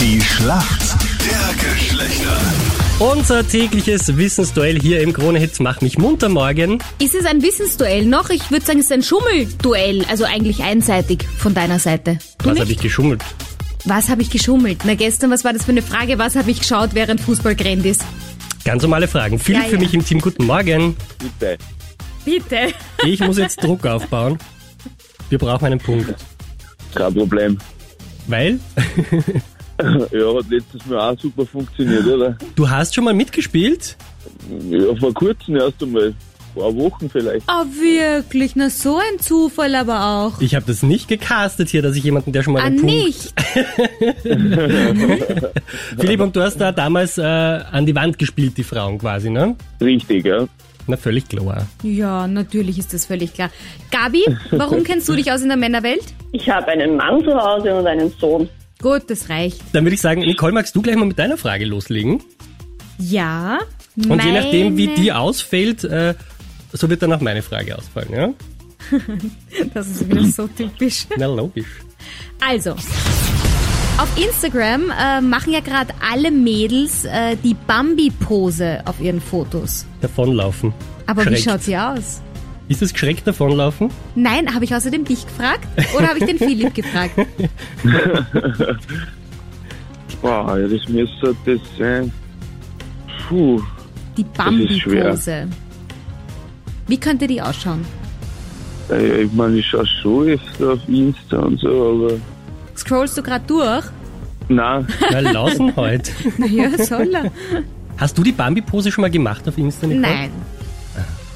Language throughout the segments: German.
Die Schlacht der Geschlechter. Unser tägliches Wissensduell hier im Kronehit macht mich munter morgen. Ist es ein Wissensduell noch? Ich würde sagen, es ist ein Schummelduell. Also eigentlich einseitig von deiner Seite. Du Was nicht? habe ich geschummelt? Was habe ich geschummelt? Na gestern, was war das für eine Frage? Was habe ich geschaut, während Fußball gerannt ist? Ganz normale Fragen. Viel Ja, für ja. mich im Team. Guten Morgen. Bitte. Bitte. Ich muss jetzt Druck aufbauen. Wir brauchen einen Punkt. Kein Problem. Weil Ja, hat letztes Mal auch super funktioniert, oder? du hast schon mal mitgespielt. Ja, vor kurzem erst einmal. Vor Wochen vielleicht. Oh, wirklich? Na, so ein Zufall aber auch. Ich habe das nicht gecastet hier, dass ich jemanden, der schon mal Ah, einen Punkt... nicht. Philipp, und du hast da damals äh, an die Wand gespielt, die Frauen quasi, ne? Richtig, ja. Na, völlig klar. Ja, natürlich ist das völlig klar. Gabi, warum kennst du dich aus in der Männerwelt? Ich habe einen Mann zu Hause und einen Sohn. Gut, das reicht. Dann würde ich sagen, Nicole, magst du gleich mal mit deiner Frage loslegen? Ja. Und je nachdem, wie die ausfällt, äh, so wird dann auch meine Frage ausfallen, ja? Das ist wieder so typisch. Na, logisch. Also, auf Instagram äh, machen ja gerade alle Mädels äh, die Bambi-Pose auf ihren Fotos. Davonlaufen. Aber wie Schreckt. schaut sie aus? Ist es geschreckt davonlaufen? Nein, habe ich außerdem dich gefragt? Oder habe ich den Philipp gefragt? Wow, ja, das müsste das sein. Puh. Die Das ist Bambi-Pose. Wie könnte die ausschauen? Äh, Ich meine, ich schaue schon öfter auf Insta und so, aber. Scrollst du gerade durch? Nein, Na, lausen heute. Naja, soll er. Hast du die Bambi-Pose schon mal gemacht auf Insta? Nicole? Nein.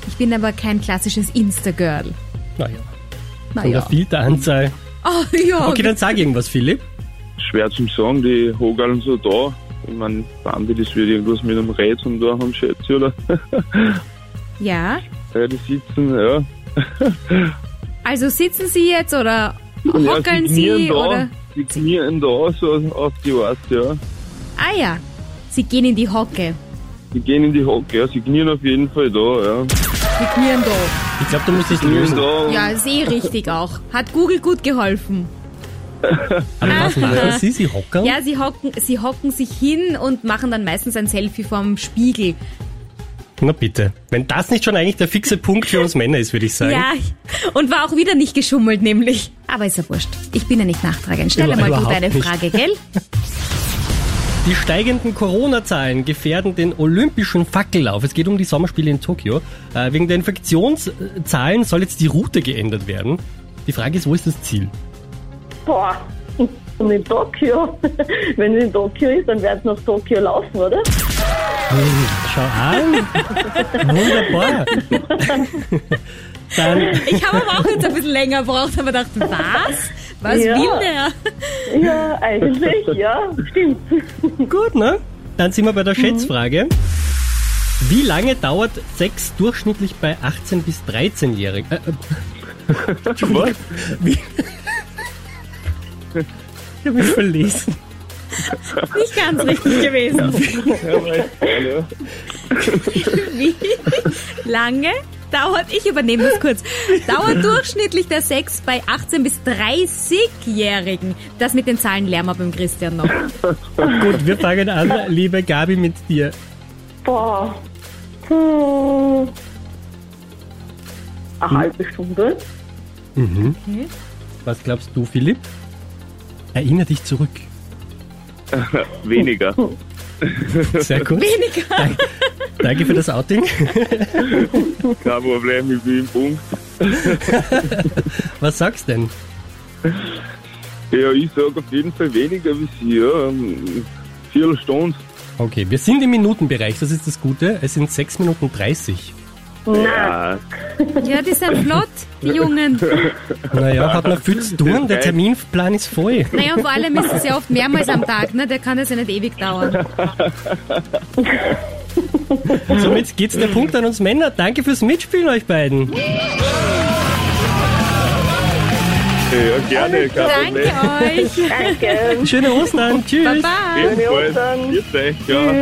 Ich bin aber kein klassisches Insta-Girl. Naja, von der Naja. Filteranzahl. Ah, Oh, ja. Okay, dann sag irgendwas, Philipp. schwer zum Sagen, die Hogaln so da. Ich meine, Bambi, das wird irgendwas mit einem Rätsel da haben, schätze ich, oder? Ja. Ja, die sitzen, ja. Also sitzen sie jetzt oder Und ja, hockeln die sie knien da, oder... Die knien da so auf die Art, ja. Ah ja, sie gehen in die Hocke. Die gehen in die Hocke, ja. Sie knien auf jeden Fall da, ja. Die knien da. Ich glaube, du musst es Knien lösen. da. Ja, ist eh richtig auch. Hat Google gut geholfen. Aber was machen sie? Sie hockern? Ja, sie hocken, sie hocken sich hin und machen dann meistens ein Selfie vorm Spiegel. Na bitte. Wenn das nicht schon eigentlich der fixe Punkt für uns Männer ist, würde ich sagen. Ja, und war auch wieder nicht geschummelt, nämlich. Aber ist ja wurscht. Ich bin ja nicht nachtragend. Stell Über- mal du überhaupt deine nicht. Frage, gell? Die steigenden Corona-Zahlen gefährden den olympischen Fackellauf. Es geht um die Sommerspiele in Tokio. Äh, wegen der Infektionszahlen soll jetzt die Route geändert werden. Die Frage ist, wo ist das Ziel? Boah, und in Tokio. Wenn es in Tokio ist, dann werden es nach Tokio laufen, oder? Schau an. Wunderbar. Dann, Ich habe aber auch jetzt ein bisschen länger gebraucht, aber dachte, was? Was Ja. will der? Ja, eigentlich, ja, stimmt. gut, ne? Dann sind wir bei der Schätzfrage. Wie lange dauert Sex durchschnittlich bei 18- bis 13-Jährigen? Äh, äh, Entschuldigung. Wie? Ich hab mich verlesen. Nicht ganz richtig gewesen. Wie lange dauert, ich übernehme das kurz, dauert durchschnittlich der Sex bei 18- bis 30-Jährigen. Das mit den Zahlen lernen wir beim Christian noch. Gut, wir fangen an, liebe Gabi, mit dir. Boah. Hm. Eine halbe Stunde? Was glaubst du, Philipp? Erinner dich zurück. Weniger. Sehr gut. Weniger. Danke, danke für das Outing. Kein Problem, ich bin im Punkt. Was sagst denn? Ja, ich sage auf jeden Fall weniger wie sie, ja. ähm, Viertelstunde. Okay, wir sind im Minutenbereich, das ist das Gute. Es sind 6 Minuten 30. Ja, Ja, die sind flott, die Jungen. Naja, hat man viel zu tun, der Terminplan ist voll. Naja, und vor allem ist es ja oft mehrmals am Tag, ne? Der kann das ja nicht ewig dauern. Somit geht's der Punkt an uns Männer. Danke fürs Mitspielen euch beiden. ja gerne, kein Danke Problem. euch. Danke. Schöne Ostern. Tschüss. Baba. Ebenfalls. Grüß euch, ja.